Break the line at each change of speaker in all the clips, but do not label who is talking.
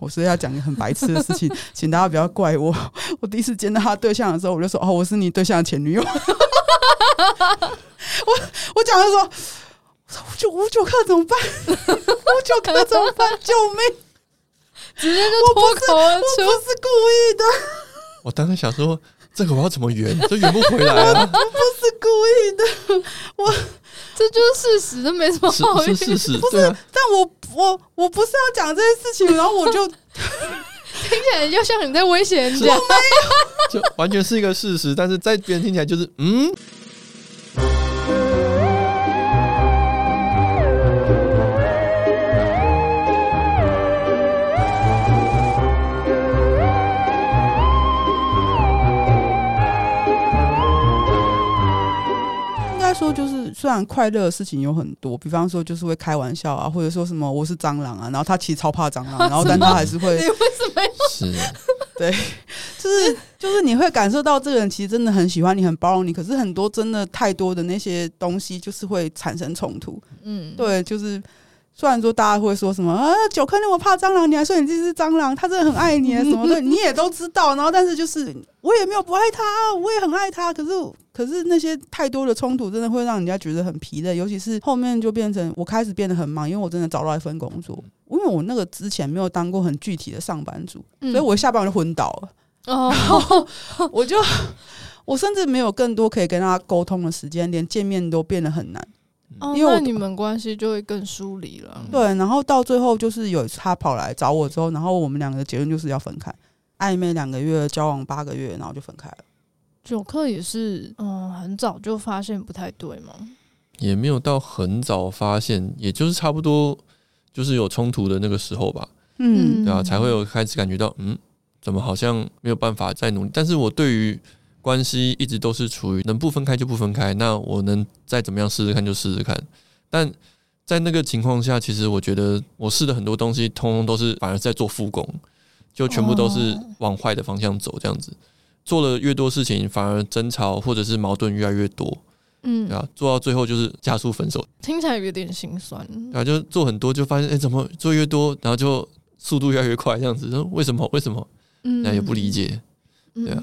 我是要讲一个很白痴的事情，请大家不要怪我。 我第一次见到他对象的时候，我就说：“哦，我是你对象的前女友。我”我讲的时候，我说：“五九五九课怎么办？五九课怎么办？救命！
直接就脱口而
我不
出。
是故意的，
我当时想说，这个我要怎么圆？这圆不回来啊！
我不是故意的。”
这就是事实，这没什么好
是
意
是事
思。
实
不，是
对啊，
但我我我不是要讲这件事情，然后我就
听起来就像你在威胁人
是啊
家。
就完全是一个事实，但是在别人听起来就是嗯。
应该说就是，虽然快乐的事情有很多，比方说就是会开玩笑啊，或者说什么我是蟑螂啊，然后他其实超怕蟑螂，然后但他还是 会
你为什么要？
是，
就是就是你会感受到这个人其实真的很喜欢你，很包容你，可是很多真的太多的那些东西就是会产生冲突。
嗯，
对，就是虽然说大家会说什么啊，九颗那么怕蟑螂，你还说你自己是蟑螂，他真的很爱你啊什么的，你也都知道。然后但是就是我也没有不爱他啊，我也很爱他，可是可是那些太多的冲突真的会让人家觉得很疲累，尤其是后面就变成我开始变得很忙，因为我真的找到一份工作。因为我那个之前没有当过很具体的上班族，
嗯
所以我一下班我就昏倒了。
哦，
我就我甚至没有更多可以跟他沟通的时间，连见面都变得很难。
哦
因为我
那你们关系就会更疏离了。
对，然后到最后就是有一次他跑来找我之后，然后我们两个的结论就是要分开，暧昧两个月，交往八个月，然后就分开了。
九克也是，嗯，很早就发现不太对嘛。
也没有到很早发现，也就是差不多就是有冲突的那个时候吧，
嗯，
对啊，才会有开始感觉到，嗯，怎么好像没有办法再努力？但是我对于关系一直都是处于能不分开就不分开，那我能再怎么样试试看就试试看。但在那个情况下，其实我觉得我试的很多东西，通通都是反而是在做复工，就全部都是
哦
往坏的方向走，这样子。做了越多事情，反而争吵或者是矛盾越来越多，
嗯
对，啊，做到最后就是加速分手
听起来有点心酸。
然后就做很多，就发现哎、诶怎么做越多，然后就速度越来越快，这样子，说为什么？为什么？
嗯，
那也不理解。
嗯。
对啊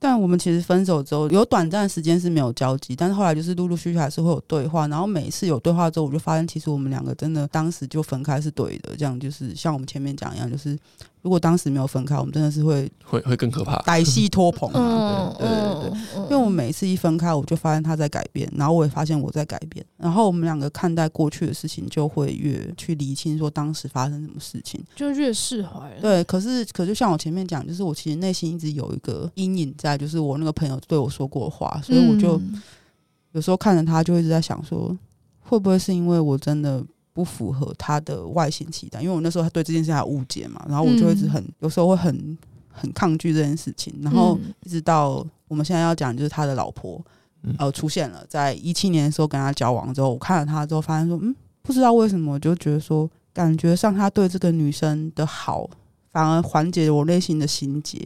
但我们其实分手之后有短暂的时间是没有交集，但是后来就是陆陆续续还是会有对话，然后每一次有对话之后，我就发现其实我们两个真的当时就分开是对的，这样就是像我们前面讲一样，就是如果当时没有分开，我们真的是会
会会更可怕。
歹戏拖棚、啊。
嗯，
对对对
对
因为我每一次一分开，我就发现他在改变，然后我也发现我在改变，然后我们两个看待过去的事情，就会越去厘清说当时发生什么事情。
就越释怀了。
对，可是可就像我前面讲，就是我其实内心一直有一个阴影在，就是我那个朋友对我说过的话，所以我就
嗯
有时候看着他，就一直在想说，会不会是因为我真的。不符合他的外形期待，因为我那时候对这件事还有误解嘛，然后我就一
嗯
直很、有时候会很很抗拒这件事情，然后
嗯
一直到我们现在要讲，就是他的老婆，
嗯
呃，出现了，在一七年的时候跟他交往之后，我看了他之后，发现说，嗯，不知道为什么，我就觉得说，感觉上他对这个女生的好，反而缓解了我内心的心结。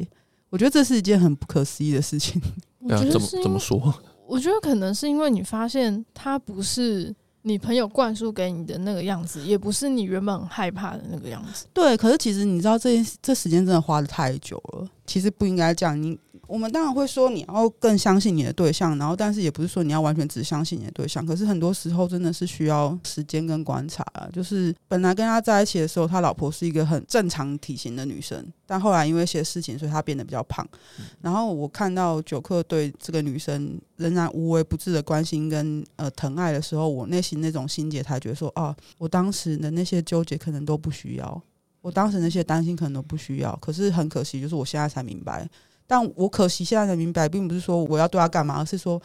我觉得这是一件很不可思议的事情。
我
对啊
觉，得
怎么
是因
怎么
为
说？
我觉得可能是因为你发现他不是你朋友灌输给你的那个样子，也不是你原本很害怕的那个样子。
对，可是其实你知道这件事这时间真的花的太久了，其实不应该这样。你我们当然会说你要更相信你的对象，然后但是也不是说你要完全只相信你的对象。可是很多时候真的是需要时间跟观察啊。就是本来跟他在一起的时候，他老婆是一个很正常体型的女生，但后来因为一些事情，所以她变得比较胖。然后我看到九克对这个女生仍然无微不至的关心跟呃疼爱的时候，我内心那种心结才觉得说啊，我当时的那些纠结可能都不需要。我当时那些担心可能都不需要，可是很可惜，就是我现在才明白。但我可惜现在才明白，并不是说我要对他干嘛，而是说，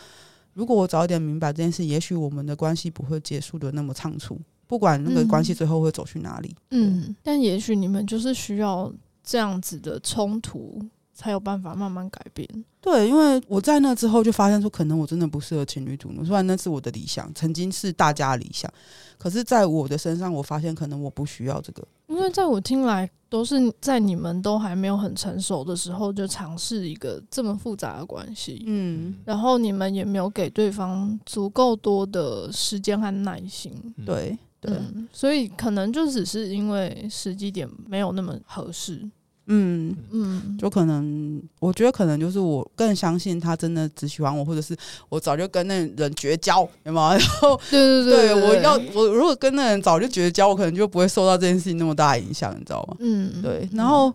如果我早一点明白这件事，也许我们的关系不会结束的那么仓促，不管那个关系
嗯
最后会走去哪里。
嗯，但也许你们就是需要这样子的冲突，才有办法慢慢改变。
对，因为我在那之后就发现说，可能我真的不适合情侣主奴。虽然那是我的理想，曾经是大家的理想，可是在我的身上，我发现可能我不需要这个。
因为在我听来，都是在你们都还没有很成熟的时候，就尝试一个这么复杂的关系。
嗯，
然后你们也没有给对方足够多的时间和耐心，
嗯
对。对，
嗯，所以可能就只是因为时机点没有那么合适，
嗯，
嗯，
就可能我觉得可能就是我更相信他真的只喜欢我，或者是我早就跟那人绝交，有没有？然 后
对对
对
对
我要我如果跟那人早就绝交，我可能就不会受到这件事情那么大的影响，你知道吗？
嗯，
对，然后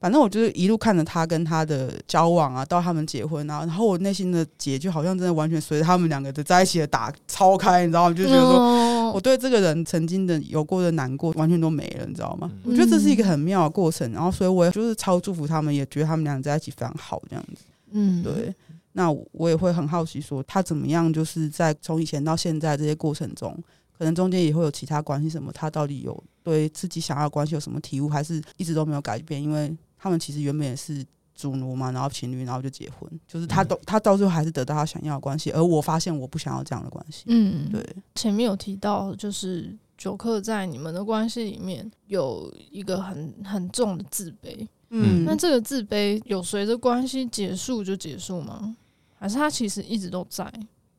反正我就是一路看着他跟他的交往啊，到他们结婚啊，然后我内心的结就好像真的完全随着他们两个的在一起的打超开，你知道吗？就觉得说。
说
我对这个人曾经的有过的难过，完全都没了，你知道吗？
嗯
我觉得这是一个很妙的过程，然后所以我也就是超祝福他们，也觉得他们俩在一起非常好，这样子。
嗯，
对，那我也会很好奇说他怎么样，就是在从以前到现在这些过程中，可能中间也会有其他关系什么，他到底有对自己想要的关系有什么体悟，还是一直都没有改变？因为他们其实原本也是。主奴嘛，然后情侣，然后就结婚，就是他
嗯
都、他到最后还是得到他想要的关系，而我发现我不想要这样的关系。
嗯，
对，
前面有提到，就是九克在你们的关系里面有一个很很重的自卑。
嗯
那这个自卑有随着关系结束就结束吗？还是它其实一直都在？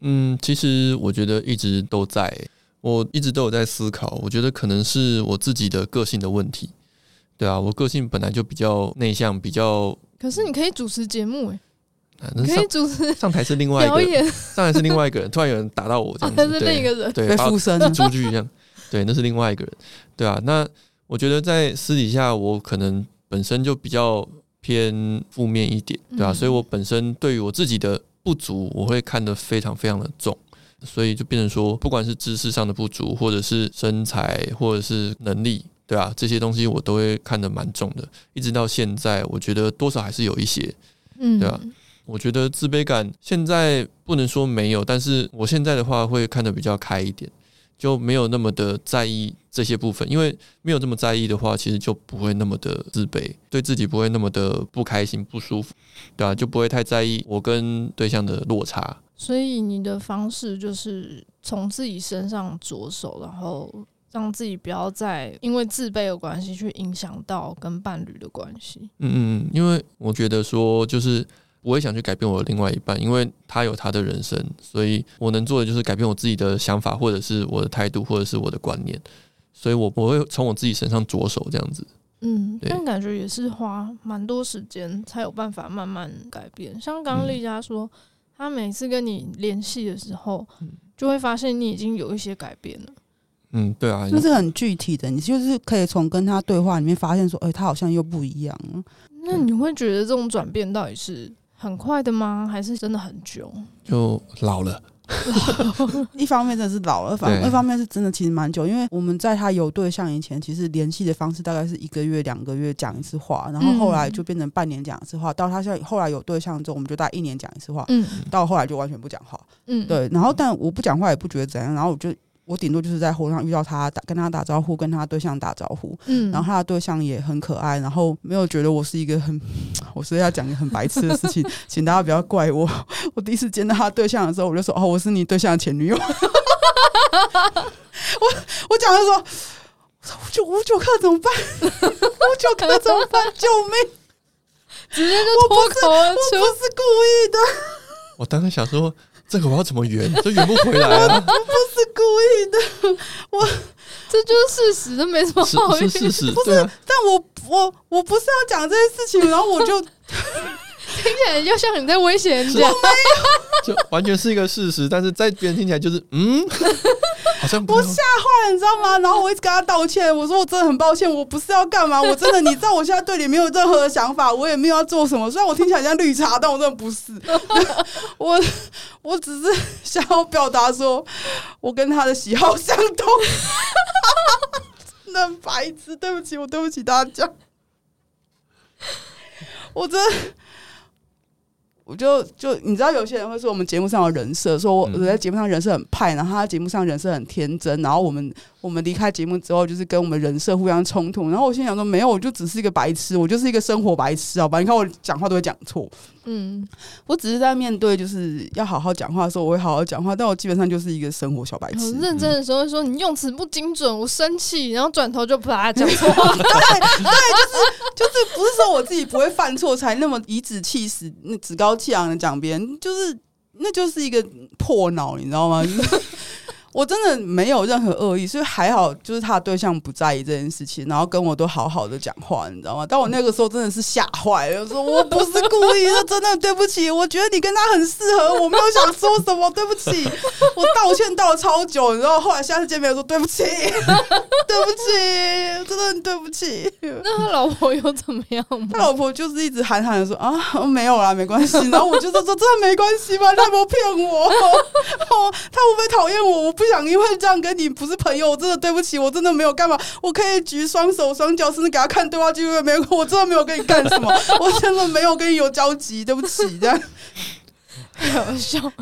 嗯，其实我觉得一直都在，我一直都有在思考。我觉得可能是我自己的个性的问题，对啊，我个性本来就比较内向，比较、
可是你可以主持节目、欸，
啊、那
你可
上
以主持
上台是另外一
表
个人，
演，
上台是另外一个人，突然有人打到我这
啊
样，子，
那是
对
另一个人。
对，啊
被
把
附身了。
猪剧一样， 对，那是另外一个人，对啊。那我觉得在私底下，我可能本身就比较偏负面一点，对啊，
嗯
所以我本身对于我自己的不足，我会看得非常非常的重，所以就变成说，不管是知识上的不足，或者是身材，或者是能力。对啊，这些东西我都会看得蛮重的，一直到现在，我觉得多少还是有一些，
嗯，
对啊我觉得自卑感现在不能说没有，但是我现在的话会看得比较开一点，就没有那么的在意这些部分，因为没有这么在意的话，其实就不会那么的自卑，对自己不会那么的不开心、不舒服，对啊，就不会太在意我跟对象的落差。
所以你的方式就是从自己身上着手，然后让自己不要再因为自卑的关系去影响到跟伴侣的关系。
嗯嗯，嗯，因为我觉得说就是。不会想去改变我的另外一半，因为他有他的人生，所以我能做的就是改变我自己的想法，或者是我的态度，或者是我的观念，所以我我会从我自己身上着手这样子。
嗯，
对
但感觉也是花蛮多时间才有办法慢慢改变。像刚刚
嗯
丽佳说，她每次跟你联系的时候，
嗯
就会发现你已经有一些改变了。
嗯，对啊，
就是很具体的，你就是可以从跟他对话里面发现说，哎、他好像又不一样了。
那你会觉得这种转变到底是很快的吗？还是真的很久？
就老了。
一方面真的是老了，反
对
一方面是真的其实蛮久，因为我们在他有对象以前，其实联系的方式大概是一个月、两个月讲一次话，然后后来就变成半年讲一次话，到他现在后来有对象之后，我们就大概一年讲一次话，
嗯
到后来就完全不讲话。
嗯，
对，然后但我不讲话也不觉得怎样，然后我就我顶多就是在火车上遇到他，打跟他打招呼，跟他对象打招呼，
嗯，
然后他的对象也很可爱，然后没有觉得我是一个很， 我是要讲一个很白痴的事情，请大家不要怪我。 我第一次见到他的对象的时候，我就说：“哦，我是你对象的前女友。我” 我讲的时候，我九五九克怎么办？五九克怎么办？救命！
直接就脱口而
我
出
不。是故意的，
我当时想说，这个我要怎么圆？这圆不回来啊，
是故意的。
这就是事实，这没什么好意
是
思。
是事实，对啊，
但我我我不是要讲这件事情，然后我就
听起来就像你在威胁人
是
家。
就完全是一个事实，但是在别人听起来就是嗯，好像
我
太好
吓坏了，你知道吗？然后我一直跟他道歉，我说我真的很抱歉，我不是要干嘛，我真的，你知道我现在对你没有任何的想法，我也没有要做什么。虽然我听起来像绿茶，但我真的不是， 我我只是想要表达说，我跟他的喜好相同。 真的很白痴，对不起，我对不起大家，我真的。我就就你知道，有些人会说我们节目上有人设，说我
嗯
我在节目上人设很派，然后他在节目上人设很天真，然后我们我们离开节目之后，就是跟我们人设互相冲突。然后我心想说，没有，我就只是一个白痴，我就是一个生活白痴，啊好吧？你看我讲话都会讲错，
嗯
我只是在面对就是要好好讲话的时候，我会好好讲话，但我基本上就是一个生活小白
我
痴。
嗯认真的时候会说你用词不精准，我生气，然后转头就啪讲 错。
就是不是说我自己不会犯错才那么颐指气使、那趾高气昂的讲别人，就是那就是一破脑，你知道吗？就是 我真的没有任何恶意，所以还好，就是他的对象不在意这件事情，然后跟我都好好的讲话，你知道吗？但我那个时候真的是吓坏了，我说我不是故意的，真的对不起，我觉得你跟他很适合，我没有想说什么，对不起，我道歉道了超久，你知道，后来下次见面我说对不起， 对不起，真的很对不起。
那他老婆有怎么样
他
吗？
老婆就是一直喊喊的说啊、哦没有啦，没关系。然后我就说这真的没关系吗？他有没有骗我？ 哦，他会不会讨厌我？我不想因为这样跟你不是朋友，我真的对不起，我真的没有干嘛。我可以举双手双脚，甚至给他看对话记录，没有，我真的没有跟你干什么，我真的没有跟你有交集，对不起，这样
太好笑了，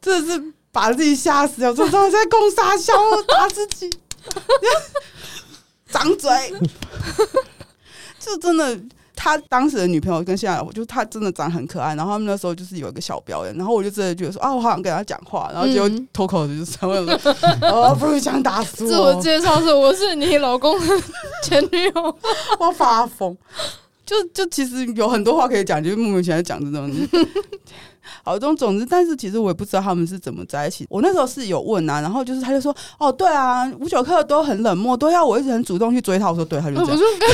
真的是把自己吓死了。我说他在攻杀笑，我打自己， 张嘴， 就真的。他当时的女朋友跟现在的我，就他真的长得很可爱。然后他们那时候就是有一个小表演，然后我就真的觉得说啊，我好想跟他讲话，然后结果
嗯
脱口而出就成为了，哦，不如想打死
自我介绍是我是你老公的前女 友，
我发疯。就就其实有很多话可以讲，就是莫名其妙讲这种东西。 好，总总之，但是其实我也不知道他们是怎么在一起。我那时候是有问啊，然后就是他就说：“哦，对啊，五九课都很冷漠，都要我一直很主动去追他。”我说：“对，他就
我
这样
就，跟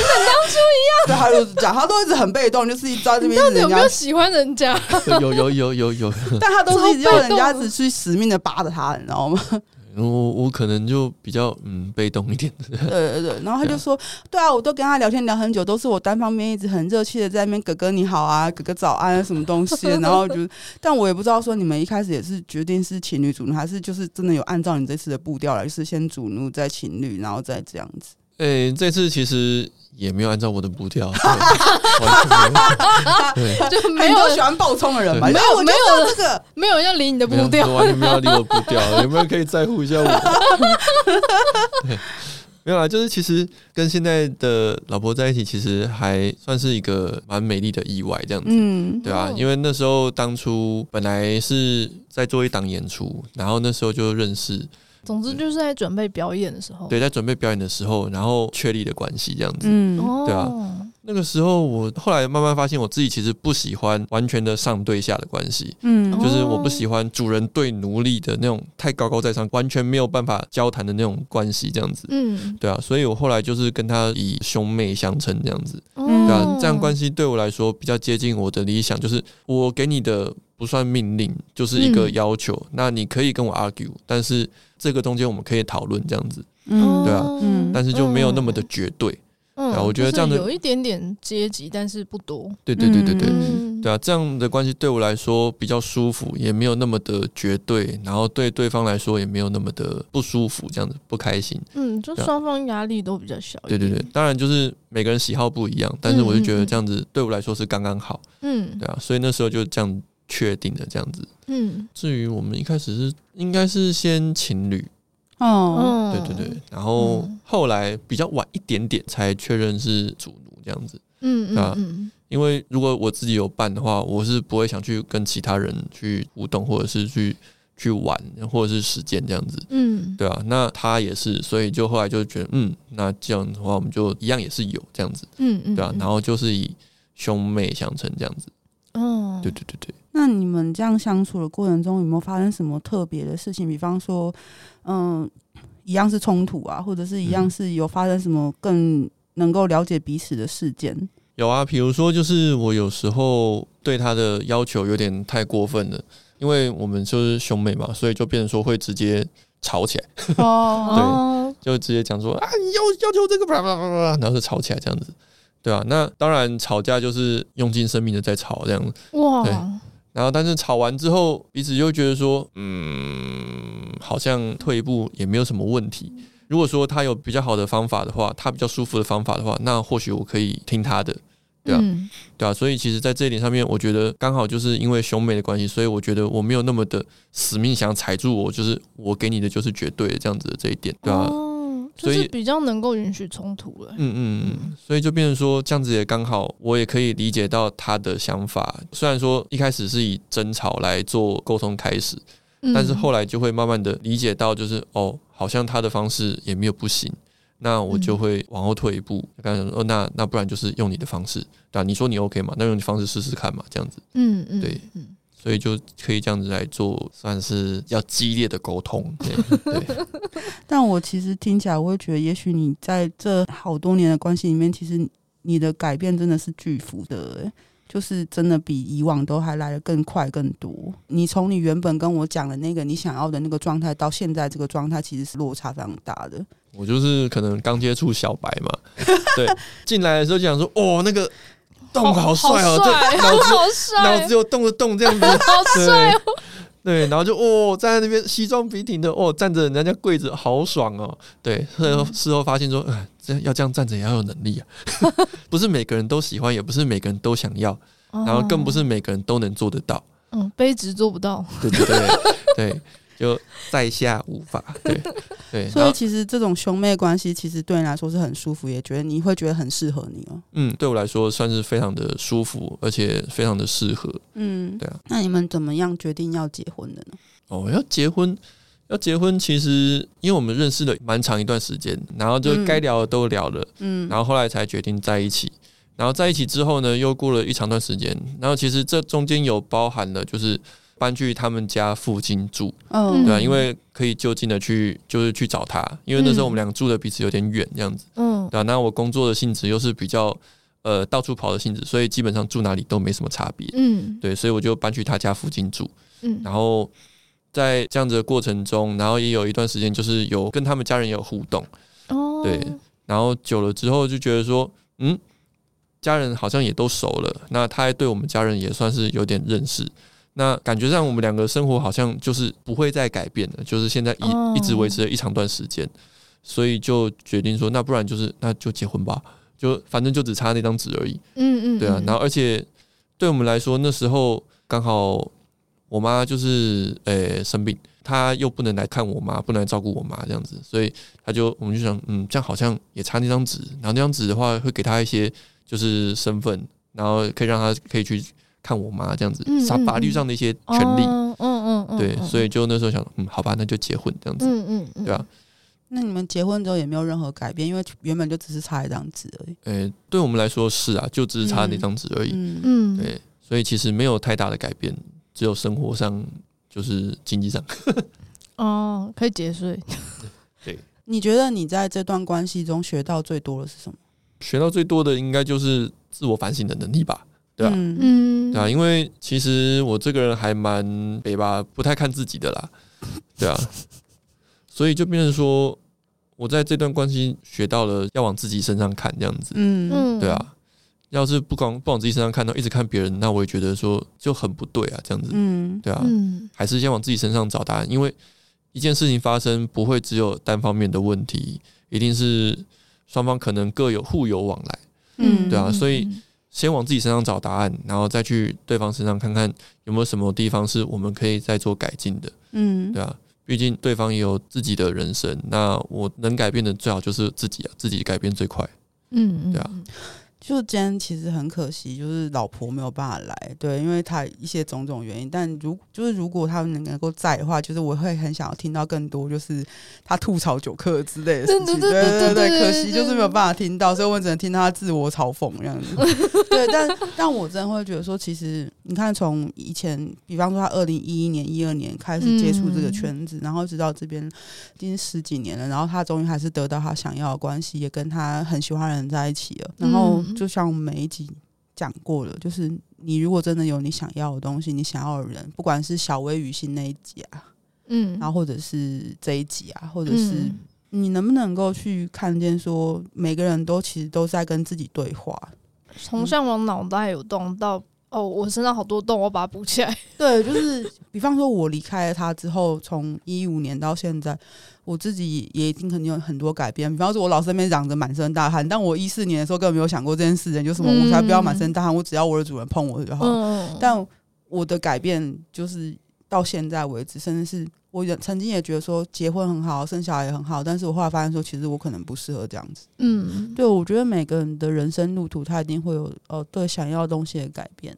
对，他就讲，他都一直很被动，就是一直在这
你
边
到
一直
底有
人
没有
家，
喜欢人家？
有有有有有，
但他都是一直要人家
超被动
只去死命的扒着他，你知道吗？
我我可能就比较嗯被动一点，
对对对，然后他就说：“对啊，我都跟他聊天聊很久，都是我单方面一直很热切的在那边哥哥你好啊，哥哥早安啊什么东西。”然后 就，但我也不知道说你们一开始也是决定是情侣主奴，还是就是真的有按照你这次的步调来，就是先主奴再情侣，然后再这样子。
诶、哎这次其实也没有按照我的步 调，对完全没有对，
就没
很
有
多喜欢爆冲的人吧？因为我就
没有
知道这个，
没有要理你的步
没有，
调
都，完全没有理我步调，有没有人可以在乎一下我？ 对，没有啦，就是其实跟现在的老婆在一起，其实还算是一个蛮美丽的意外，这样子。
嗯
对啊
哦，
因为那时候当初本来是在做一档演出，然后那时候就认识，
总之就是在准备表演的时候，
对，在准备表演的时候，然后确立的关系这样子。
嗯
哦，
对啊那个时候我后来慢慢发现，我自己其实不喜欢完全的上对下的关系，
嗯
哦
就是我不喜欢主人对奴隶的那种太高高在上，完全没有办法交谈的那种关系这样子。
嗯，
对啊，所以我后来就是跟他以兄妹相称这样子，
嗯
对啊
哦，
这样关系对我来说比较接近我的理想，就是我给你的不算命令，就是一个
嗯
要求。那你可以跟我 argue，但是这个中间我们可以讨论这样子，
嗯
对啊
哦
嗯
但是就没有那么的绝对。
嗯，
对啊我觉得这样的
就是有一点点阶级，但是不多，
对对对对对，
嗯，
对啊，这样的关系对我来说比较舒服，也没有那么的绝对，然后对对方来说也没有那么的不舒服，这样子不开心。
嗯，就
对啊
双方压力都比较小，
对对对，，当然就是每个人喜好不一样，但是我就
嗯
觉
嗯
得
嗯
这样子对我来说是刚刚好，
嗯
对啊，所以那时候就这样确定的这样子。
嗯
至于我们一开始是应该是先情侣，
哦，
嗯，
对对对，，然后
嗯
后来比较晚一点点才确认是主奴这样子。
嗯
对啊
嗯嗯，
因为如果我自己有伴的话，我是不会想去跟其他人去互动，或者是去去玩，或者是实践这样子，
嗯，
对啊，那他也是，所以就后来就觉得，嗯，那这样的话，我们就一样也是有这样子，
嗯嗯，
对啊，然后就是以兄妹相称这样子，
嗯，
对对对对，
那你们这样相处的过程中，有没有发生什么特别的事情？比方说，嗯、一样是冲突啊，或者是一样
嗯
是有发生什么更能够了解彼此的事件？
有啊，比如说就是我有时候对他的要求有点太过分了，因为我们就是兄妹嘛，所以就变成说会直接吵起来。
哦，
哦，
就直接讲说啊，你要要求这个，叭叭叭叭，然后就吵起来这样子，对啊，那当然吵架就是用尽生命的在吵这样，对啊
哇，
然后但是吵完之后，彼此就觉得说，嗯，好像退一步也没有什么问题。如果说他有比较好的方法的话，他比较舒服的方法的话，那或许我可以听他的，对啊
嗯
对啊，所以其实，在这一点上面，我觉得刚好就是因为兄妹的关系，所以我觉得我没有那么的死命想踩住我，就是我给你的就是绝对的这样子的这一点，对啊，
哦就
所以
是比较能够允许冲突了，
嗯嗯嗯，所以就变成说这样子也刚好，我也可以理解到他的想法。虽然说一开始是以争吵来做沟通开始，
嗯
但是后来就会慢慢的理解到，就是哦，好像他的方式也没有不行，那我就会往后退一步，刚才说哦，那那啊不然就是用你的方式，对吧、你说你 OK 嘛，那用你方式试试看嘛，这样子。
嗯嗯
对
嗯，
所所以就可以这样子来做，算是要激烈的沟通。对， 对
但我其实听起来，我会觉得，也许你在这好多年的关系里面，其实你的改变真的是巨幅的、欸就是真的比以往都还来得更快更多。你从你原本跟我讲的那个你想要的那个状态，到现在这个状态，其实是落差非常大的。
我就是可能刚接触小白 嘛，对，进来的时候就想说，哦，那个动好帅哦，
帅，
对，脑子
好
脑
帅
子，有动的动这样子，
好帅哦！
对，然后就哦，站在那边西装笔挺的，哦，站着人家柜子好爽哦。对，事
嗯
后事后发现说，哎，这样要这样站着也要有能 力啊，不是每个人都喜欢，也不是每个人都想要，
哦
然后更不是每个人都能做得到。
嗯，卑职做不到，
对对对对，就在下无法。对 对，然
所以
后
其实这种兄妹关系，其实对你来说是很舒服，也觉得你会觉得很适合你哦。
嗯，对我来说算是非常的舒服，而且非常的适合。
嗯，
对啊。
那你们怎么样决定要结婚的呢？
哦，要结婚，要结婚，其实因为我们认识了蛮长一段时间，然后就
嗯
该聊的都聊了。
嗯
然后后来才决定在一起。然后在一起之后呢，又过了一长段时间。然后其实这中间有包含了，就是搬去他们家附近住，
嗯
对、啊，
嗯
因为可以就近的去，就是去找他，因为那时候我们
嗯
俩住的彼此有点远，这样子，
嗯
对啊？那我工作的性质又是比较呃到处跑的性质，所以基本上住哪里都没什么差别，
嗯
对，所以我就搬去他家附近住。
嗯
然后在这样子的过程中，然后也有一段时间就是有跟他们家人有互动。
哦
对然后久了之后就觉得说，嗯，家人好像也都熟了，那他还对我们家人也算是有点认识，那感觉上我们两个生活好像就是不会再改变了，就是现在一、
哦
一直维持了一长段时间，所以就决定说，那不然就是那就结婚吧，就反正就只差那张纸而已，
嗯嗯，
对啊，
嗯
然后而且对我们来说那时候刚好我妈就是呃、生病，她又不能来看我妈，不能来照顾我妈这样子，所以她就我们就想，嗯，这样好像也差那张纸，然后那张纸的话会给她一些就是身份，然后可以让她可以去看我妈这样子
嗯，
啥
嗯
法律
嗯
上的一些权利，
哦嗯嗯嗯，
对，所
以
以就那时候想，嗯，好吧，那就结婚这样子，
嗯嗯嗯，
对啊，
那你们结婚之后也没有任何改变，因为原本就只是差一张纸而已。
呃、对我们来说是啊，就只是差那张纸而已，
嗯，
嗯，
对，所以其实没有太大的改变，只有生活上就是经济上。
哦，可以节税，
你觉得你在这段关系中学到最多的是什么？
学到最多的应该就是自我反省的能力吧，对啊
嗯
嗯，
对啊，因为其实我这个人还蛮北吧，不太看自己的啦，对啊，所以就变成说，我在这段关系学到了要往自己身上看这样子，
嗯
嗯，
对啊，要是不光不往自己身上看到，一直看别人，那我也觉得说就很不对啊，这样子，
嗯
对啊，
嗯，
还是先往自己身上找答案，因为一件事情发生不会只有单方面的问题，一定是双方可能各有互有往来。
嗯，
对啊
嗯
所以
嗯
先往自己身上找答案，然后再去对方身上看看有没有什么地方是我们可以再做改进的，
嗯
对啊。毕竟对方也有自己的人生，那我能改变的最好就是自己啊，自己改变最快。
嗯，嗯
对啊，
就今天其实很可惜，就是老婆没有办法来，对，因为她一些种种原因。但如就是如果她能能够在的话，就是我会很想要听到更多，就是她吐槽酒客之类的事情。
对对对
对
对对对
可惜就是没有办法听到，所以我只能听到她自我嘲讽这样 子。对，但但我真的会觉得说，其实你看，从以前，比方说她二零一一年、一二年开始接触这
嗯
个圈子，然后直到这边已经十几年了，然后他终于还是得到他想要的关系，也跟他很喜欢的人在一起了。然后
嗯
就像我们每一集讲过了，就是你如果真的有你想要的东西，你想要的人，不管是小薇雨欣那一集啊，
嗯，
然后或者是这一集啊，或者是
嗯
你能不能够去看见说，每个人都其实都在跟自己对话。
从向往脑袋有洞到哦，我身上好多洞，我把它补起来。
对，就是比方说，我离开了他之后，从一五年到现在，我自己也已经肯定有很多改变。比方说，我老是在那边嚷着满身大汗，但我一四年的时候根本没有想过这件事情，就是什么我才不要满身大汗，我只要我的主人碰我就好。
哦
嗯，
但我的改变就是到现在为止，甚至是我也曾经也觉得说结婚很好，生小孩也很好，但是我后来发现说，其实我可能不适合这样子。
嗯，
对，我觉得每个人的人生路途，他一定会有呃对想要的东西的改变。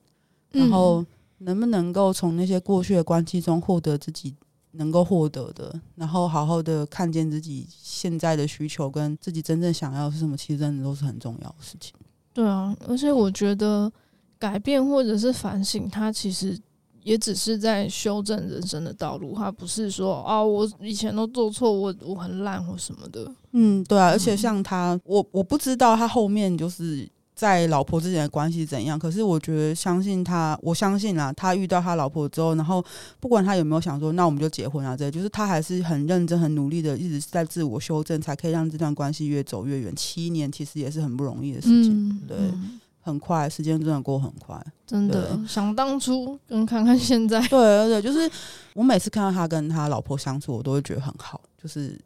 然
嗯
后能不能够从那些过去的关系中获得自己能够获得的，然后好好的看见自己现在的需求跟自己真正想要的是什么，其实真的都是很重要的事情。
对啊，而且我觉得改变或者是反省，它其实也只是在修正人生的道路，他不是说啊，我以前都做错，我我很烂或什么的。
嗯，对啊，而且像他，我我不知道他后面就是在老婆之间的关系怎样，可是我觉得相信他，我相信啊，他遇到他老婆之后，然后不管他有没有想说，那我们就结婚啊，这些就是他还是很认真、很努力的，一直在自我修正，才可以让这段关系越走越远。七年其实也是很不容易的事情，
嗯，
对
嗯
很快，时间真的过很快。
真的
对
想当初跟看看现在，
对对对，就是我每次看到他跟他老婆相处，我都会觉得很好，就是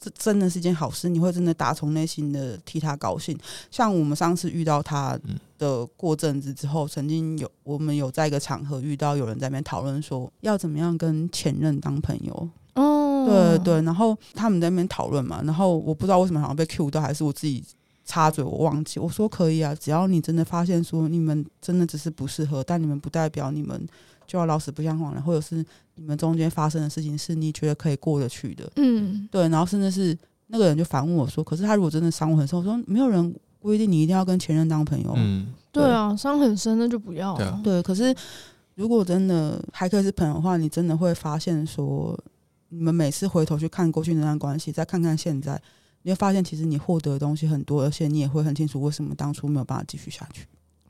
这真的是一件好事，你会真的打从内心的替他高兴。像我们上次遇到他
嗯
的过阵子之后，曾经有我们有在一个场合遇到有人在那边讨论说要怎么样跟前任当朋友，
哦，
对对，然后他们在那边讨论嘛，然后我不知道为什么好像被 Q 到，还是我自己插嘴，我忘记。我说可以啊，只要你真的发现说你们真的只是不适合，但你们不代表你们就要老死不相往来，或者是你们中间发生的事情是你觉得可以过得去的，
嗯，
对。然后甚至是那个人就反问我说，可是他如果真的伤我很深，我说没有人规定你一定要跟前任当朋友，
嗯，
对啊，伤很深那就不要
对
了
啊。
对，可是如果真的还可以是朋友的话，你真的会发现说，你们每次回头去看过去那段关系，再看看现在，你会发现其实你获得的东西很多，而且你也会很清楚为什么当初没有办法继续下去。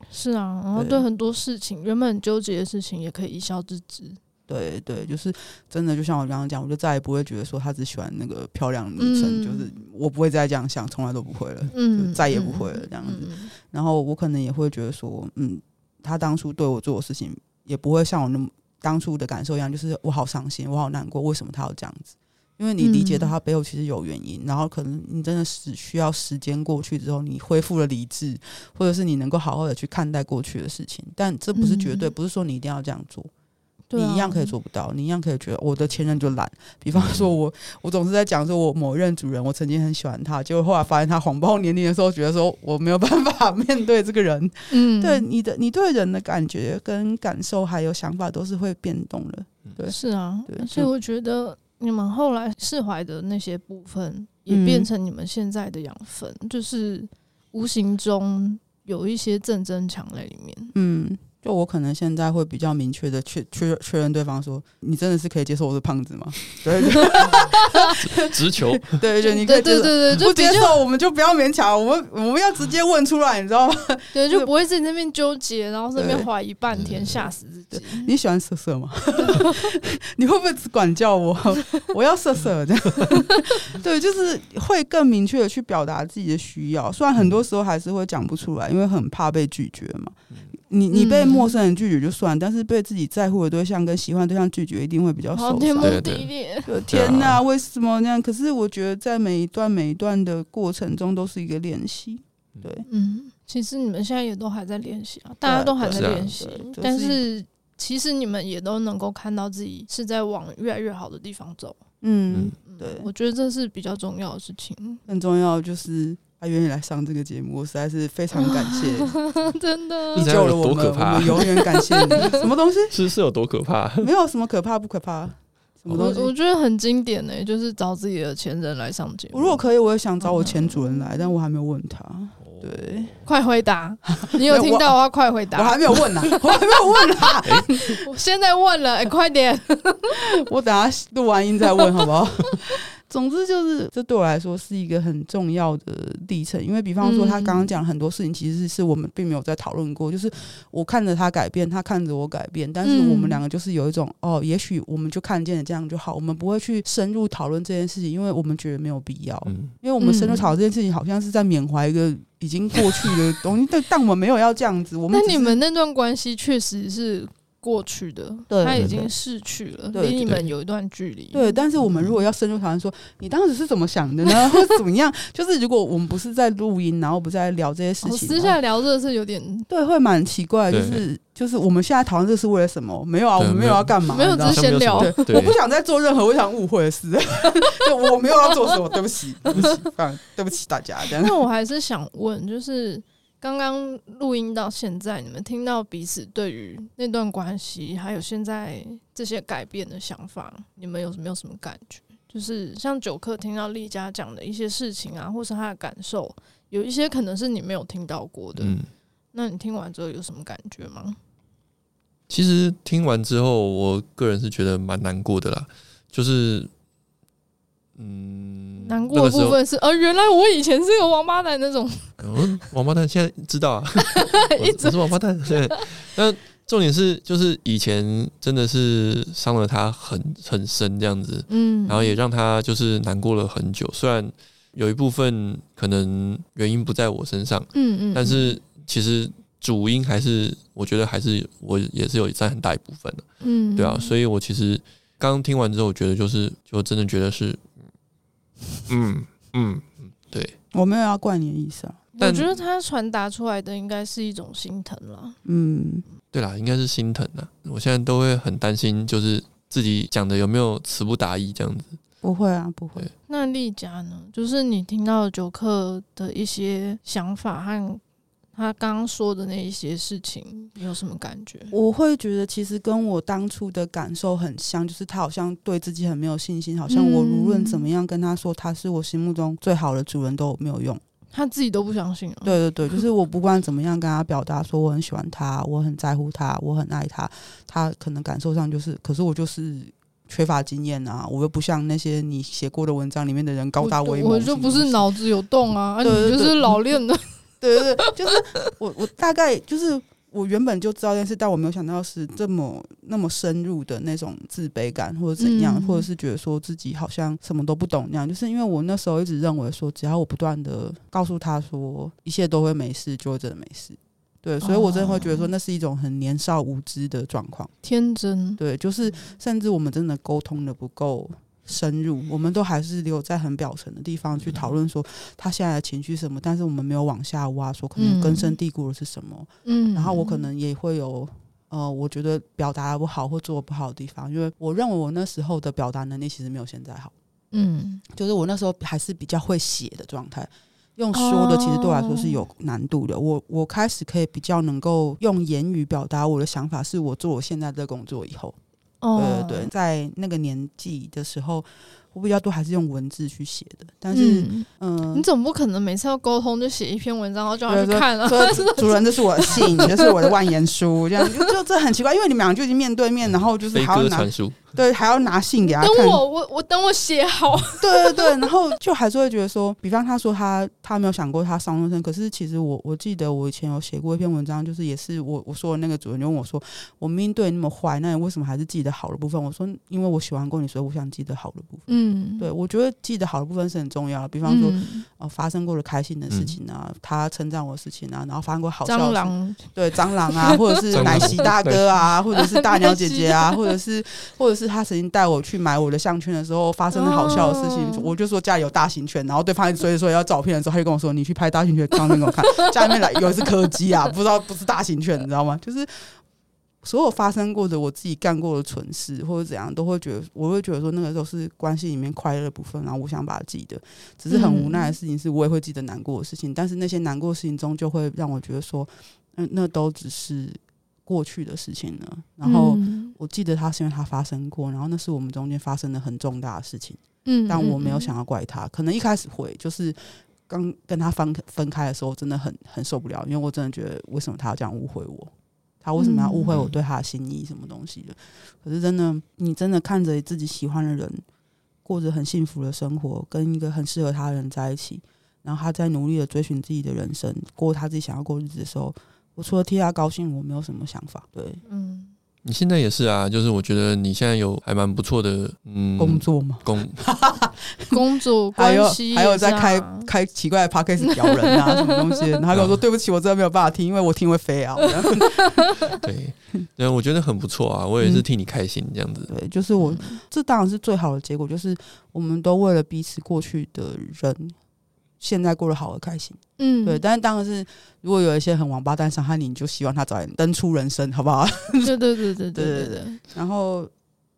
是啊，然后
对
对很多事情原本很纠结的事情，也可以一笑置之。
对对，就是真的，就像我刚刚讲，我就再也不会觉得说他只喜欢那个漂亮的女生，
嗯
就是我不会再这样想，从来都不会了。
嗯，
就再也不会了这样子
嗯。嗯
然后我可能也会觉得说，嗯，他当初对我做的事情，也不会像我那么当初的感受一样，就是我好伤心，我好难过，为什么他要这样子？因为你理解到他背后其实有原因，然后可能你真的是需要时间过去之后，你恢复了理智，或者是你能够好好的去看待过去的事情。但这不是绝对，
嗯
不是说你一定要这样做，
对啊
你一样可以做不到，你一样可以觉得我的前任就懒。比方说
嗯
我，我总是在讲说我某任主人，我曾经很喜欢他，结果后来发现他谎报年龄的时候，觉得说我没有办法 面对这个人。
嗯，
对你的，你对人的感觉、跟感受还有想法都是会变动的。对
是啊
对，
而且
就
我觉得你们后来释怀的那些部分，也
嗯
变成你们现在的养分，就是无形中有一些正增强在里面。
嗯，就我可能现在会比较明确的确确确认对方说，你真的是可以接受我是胖子吗？ 对对
直球，
对对，你可
对
以接
对
受。
对对，
不
就比
接
较
受我们就不要勉强，我们我们要直接问出来，你知道吗？
对，就不会在那边纠结，然后在那边
对
怀疑半天，吓死自己。
你喜欢色色吗？ 你会不会只管教我？ 我要色色这样。 对，就是会更明确的去表达自己的需要，虽然很多时候还是会讲不出来，因为很怕被拒绝嘛。你你被
嗯
陌生人拒绝就算，但是被自己在乎的对象跟喜欢对象拒绝，一定会比较
好
受
天
伤。
崩
对
地
对
裂，
就天哪，为什么那样？可是我觉得在每一段每一段的过程中都是一个练习。对，
嗯，其实你们现在也都还在练习啊，大家都还在
对啊
练习
对嗯就，是
但是其实你们也都能够看到自己是在往越来越好的地方走。
嗯
嗯，，
嗯
对
我觉得这是比较重要的事情，
更重要的就是他愿意来上这个节目，我实在是非常感谢。
真的
你
你知道
救了我
有多
们，
可怕
我们永远感谢你。什么东西？
是是有多可怕？
没有什么可怕不可怕，什么
我
东西？
我觉得很经典呢、就是找自己的前任来上节目。
我如果可以，我也想找我前主人来，但我还没有问他。对，
嗯
快 回答，你有听到的话快回
我
答。
还没有问呢，我还没有问呢。
我现在 问了，哎、快点。
我等下录完音再问好不好？ 总之就是，这对我来说是一个很重要的历程，因为比方说他刚刚讲很多事情，其实是我们并没有在讨论过，就是我看着他改变，他看着我改变，但是我们
嗯
两个就是有一种哦，也许我们就看见了这样就好，我们不会去深入讨论这件事情，因为我们觉得没有必要，
嗯，
因为我们深入讨论这件事情，好像是在缅怀一个已经过去的东西， 但但我们没有要这样子，我们
那
只
你
是
们那段关系确实是过去的，
对
他已
对
经
对
逝去了，
对
离你
对
们有一段距离。
对，但是我们如果要深入讨论说你当时是怎么想的 呢，或者怎么样，就是如果我们不是在录音，然后不是在聊这些事
我
情，
哦私
然后
下聊这是有点
对会蛮奇怪的，就
对
是就是我们现在讨论这是为了什么？没有啊，我
对
们没有
没有
要干嘛，
没有
你知道
只
吗
是闲聊
好像没有什么对，
我不想再做任何我想误会的事， 就我没有要做什么，对不起，对不起，嗯对不起大家，这样
那我还是想问，就是刚刚录音到现在，你们听到彼此对于那段关系，还有现在这些改变的想法，你们有没有什么感觉？就是像九克听到丽佳讲的一些事情啊，或是她的感受，有一些可能是你没有听到过的。
嗯，
那你听完之后有什么感觉吗？
其实听完之后，我个人是觉得蛮难过的啦，就是嗯，
难过的
那个时
部
候
分是，呃，原来我以前是个王八蛋那种，
嗯，王八蛋现在知道啊， 我
一
是
直
我是王八蛋。对，但重点是，就是以前真的是伤了他很很深这样子，
嗯，
然后也让他就是难过了很久。虽然有一部分可能原因不在我身上，
嗯嗯，
但是其实主因还是我觉得还是我也是有占很大一部分的，
嗯，
对啊。所以我其实刚刚听完之后，我觉得就是就真的觉得是，嗯嗯嗯，对。
我没有要怪你的意思啊。
我
但
觉得他传达出来的应该是一种心疼了。
嗯，
对啦，应该是心疼啦。我现在都会很担心，就是自己讲的有没有词不达意这样子。
不会啊，不会
对。
那丽佳呢？就是你听到九克的一些想法和他刚刚说的那一些事情，你有什么感觉？
我会觉得其实跟我当初的感受很像，就是他好像对自己很没有信心，好像我无论
嗯
怎么样跟他说他是我心目中最好的主人都没有用。
他自己都不相信啊了。，
对对对，就是我不管怎么样跟他表达说我很喜欢他，我很在乎他，我很爱他，他可能感受上就是，可是我就是。缺乏经验啊！我又不像那些你写过的文章里面的人高大威猛
我
什么
我就
东西，
不是脑子有洞啊，啊你
对对
就
对
是老练的。
对对对，就是我我大概就是我原本就知道这件事，但我没有想到是这么那么深入的那种自卑感，或者怎样，
嗯
或者是觉得说自己好像什么都不懂那样。就是因为我那时候一直认为说，只要我不断的告诉他说一切都会没事，就会真的没事。对，所以我真的会觉得说，那是一种很年少无知的状况。
天真，
对，就是甚至我们真的沟通的不够深入，我们都还是留在很表层的地方去讨论说他现在的情绪是什么，但是我们没有往下挖，说可能根深蒂固的是什么。
嗯，
然后我可能也会有。呃，我觉得表达得不好或做得不好的地方，因为我认为我那时候的表达能力其实没有现在好，
嗯，
就是我那时候还是比较会写的状态，用说的其实对我来说是有难度的。我我开始可以比较能够用言语表达我的想法，是我做我现在这个工作以后，
哦
呃对，对对，在那个年纪的时候，我比较多还是用文字去写的，但
嗯，
是嗯。
你总不可能每次要沟通就写一篇文章，然后叫他
对
去看啊？
说主人，这是我的 信，这是我的万言书，这样就就这很奇怪，因为你们俩就已经面对面，
嗯
然后就是
飞
还要
鸽
拿
传书，
对，还要拿信给他
等
看，
我，我我等我写好。
对对对，然后就还是会觉得说，比方他说他他没有想过他上中身，可是其实我我记得我以前有写过一篇文章，就是也是我我说的那个主人就问我说，我明明对你那么坏，那你为什么还是记得好的部分？我说因为我喜欢过你，所以我想记得好的部分。
嗯，
对，我觉得记得好的部分是很重要的，比
比
方说、
嗯
呃发生过的开心的事情啊，他称赞我的事情啊，然后发生过好笑的
蟑
事
螂，
对蟑螂啊，或者是
蟑
奶
螂
昔大哥啊，或者是大鸟姐姐啊，或者是或者是他曾经带我去买我的项圈的时候发生的好笑的事情，
哦
我就说家里有大型犬，然后对方一直追着说要照片的时候，他就跟我说你去拍大型犬照片给我看，家里面来有一只柯基啊，不知道不是大型犬，你知道吗？就是。所有发生过的我自己干过的蠢事或者怎样，都会觉得，我会觉得说那个都是关系里面快乐的部分，然后我想把它记得。只是很无奈的事情是，我也会记得难过的事情，但是那些难过的事情中，就会让我觉得说，嗯，那都只是过去的事情了。然后
嗯
我记得它是因为它发生过，然后那是我们中间发生的很重大的事情，
嗯，
但我没有
嗯，
想要怪他，可能一开始会就是。刚跟他分分开的时候，真的很很受不了，因为我真的觉得为什么他要这样误会我？他为什么要误会我
嗯
对他的心意什么东西的？可是真的，你真的看着自己喜欢的人过着很幸福的生活，跟一个很适合他的人在一起，然后他在努力的追寻自己的人生，过他自己想要过日子的时候，我除了替他高兴，我没有什么想法。对，
嗯
你现在也是啊，就是我觉得你现在有还蛮不错的，嗯，
工作嘛，
工
嗯，工作
还
关
有
系
还有
也是
在
啊
开开奇怪的 podcast 咬人 啊，什么东西的？然后他跟我说：“对不起，我真的没有办法听，因为我听会飞啊。我这样”
对对，我觉得很不错啊，我也是替你开心这样 子。
对，就是我，这当然是最好的结果，就是我们都为了彼此过去的人，现在过得好而开心。
嗯，
对，但是当然是如果有一些很王八蛋伤害你，你就希望他早点登出人生，好不好？
对对对对对
对对
对，
然后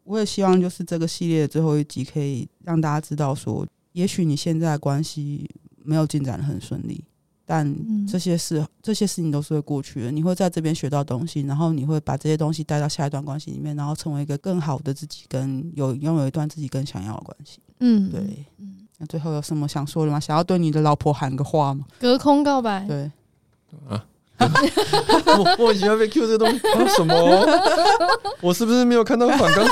我也希望就是这个系列的最后一集可以让大家知道说，也许你现在的关系没有进展的很顺利，但
嗯
这些事、这些事情都是会过去的。你会在这边学到东西，然后你会把这些东西带到下一段关系里面，然后成为一个更好的自己，跟有拥有一段自己更想要的关系。
嗯，
对，
嗯，
那最后有什么想说的吗？想要对你的老婆喊个话吗？
哎隔空告白，
对，
啊，莫莫名其妙被 Q 这个 东西，啊、什么？我是不是没有看到反纲？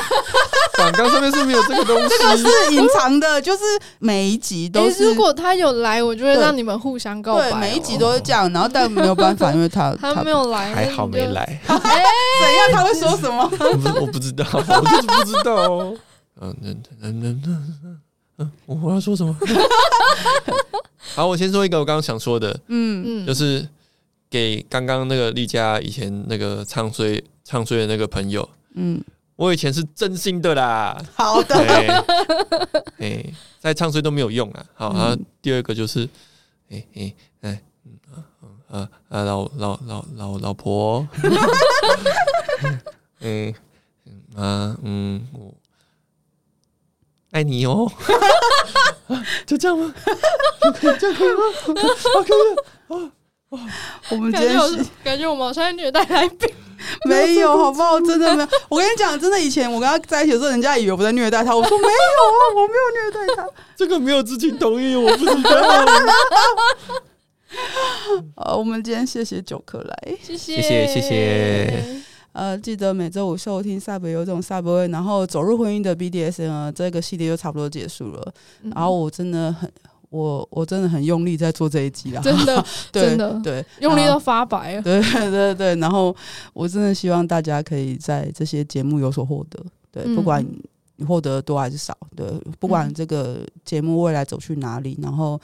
反纲上面是没有这个东 西。
是隐藏的，就是每一集都
诶
是
如果他有来，我就会
对
让你们互相告白哦、
对每一集都会这样，然后但没有办法，因为他
他没有来，
还好没来。
怎样他会说什么？
我不我不知 道，我就是不知道哦。嗯，那那那那嗯，我我要说 什么？好，我先说一个我刚刚想说的，
嗯，
嗯，
就是是给刚刚那个丽佳以前那个唱衰唱衰的那个朋友，
嗯，
我以前是真心的啦。
好 的，
哎、 哎再唱衰都没有用啊。好，然后
嗯
第二个就是，哎哎哎，嗯啊啊啊，老老老老老婆， 嗯嗯啊嗯，我爱你哦， 就这样吗？ 啊
我们今
感觉
天
我
是
感觉我们好像在虐待来宾，
没有，好不好？真的没有。我跟你讲，真的，以前我跟他在一起的时候，人家以为我在虐待他，我 说没有啊，我没有虐待他。
这个没有知情同意，我不 知道。
呃，我们今天谢谢九克来，
谢
谢谢谢
嗯
谢
呃，记得每周五收听 Sub 有种 Sub 味，然后走入婚姻的 BDSM 呃这个系列就差不多结束了。
嗯
然后我真的很，我我真的很用力在做这一集啦，
真的
对
真的
对，
用力
然后
都发白 了。
对对对对，然后我真的希望大家可以在这些节目有所获得，对，
嗯
不管你获得多还是少，对，不管
嗯
这个节目未来走去哪里，然后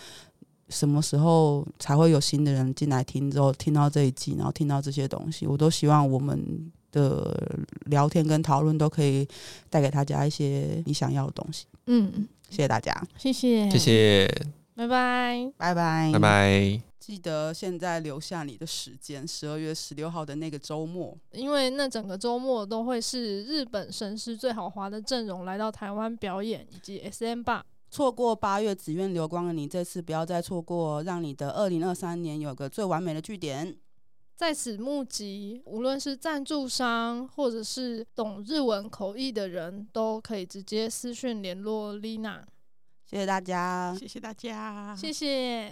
什么时候才会有新的人进来听，之后听到这一季，然后听到这些东西，我都希望我们。的聊天跟讨论都可以带给大家一些你想要的东西，
嗯，
谢谢大家，
谢谢
谢，谢，
拜拜。
拜拜，
拜。拜。
记得现在留下你的时间，十二月十六号的那个周末，
因为那整个周末都会是日本神师最豪华的阵容来到台湾表演，以及 SM 吧。
错过八月紫苑流光的你，这次不要再错过，让你的二零二三年有个最完美的据点。
在此募集，无论是赞助商或者是懂日文口译的人，都可以直接私讯联络丽娜。
谢谢大家，
谢谢大
啊
家，
谢谢。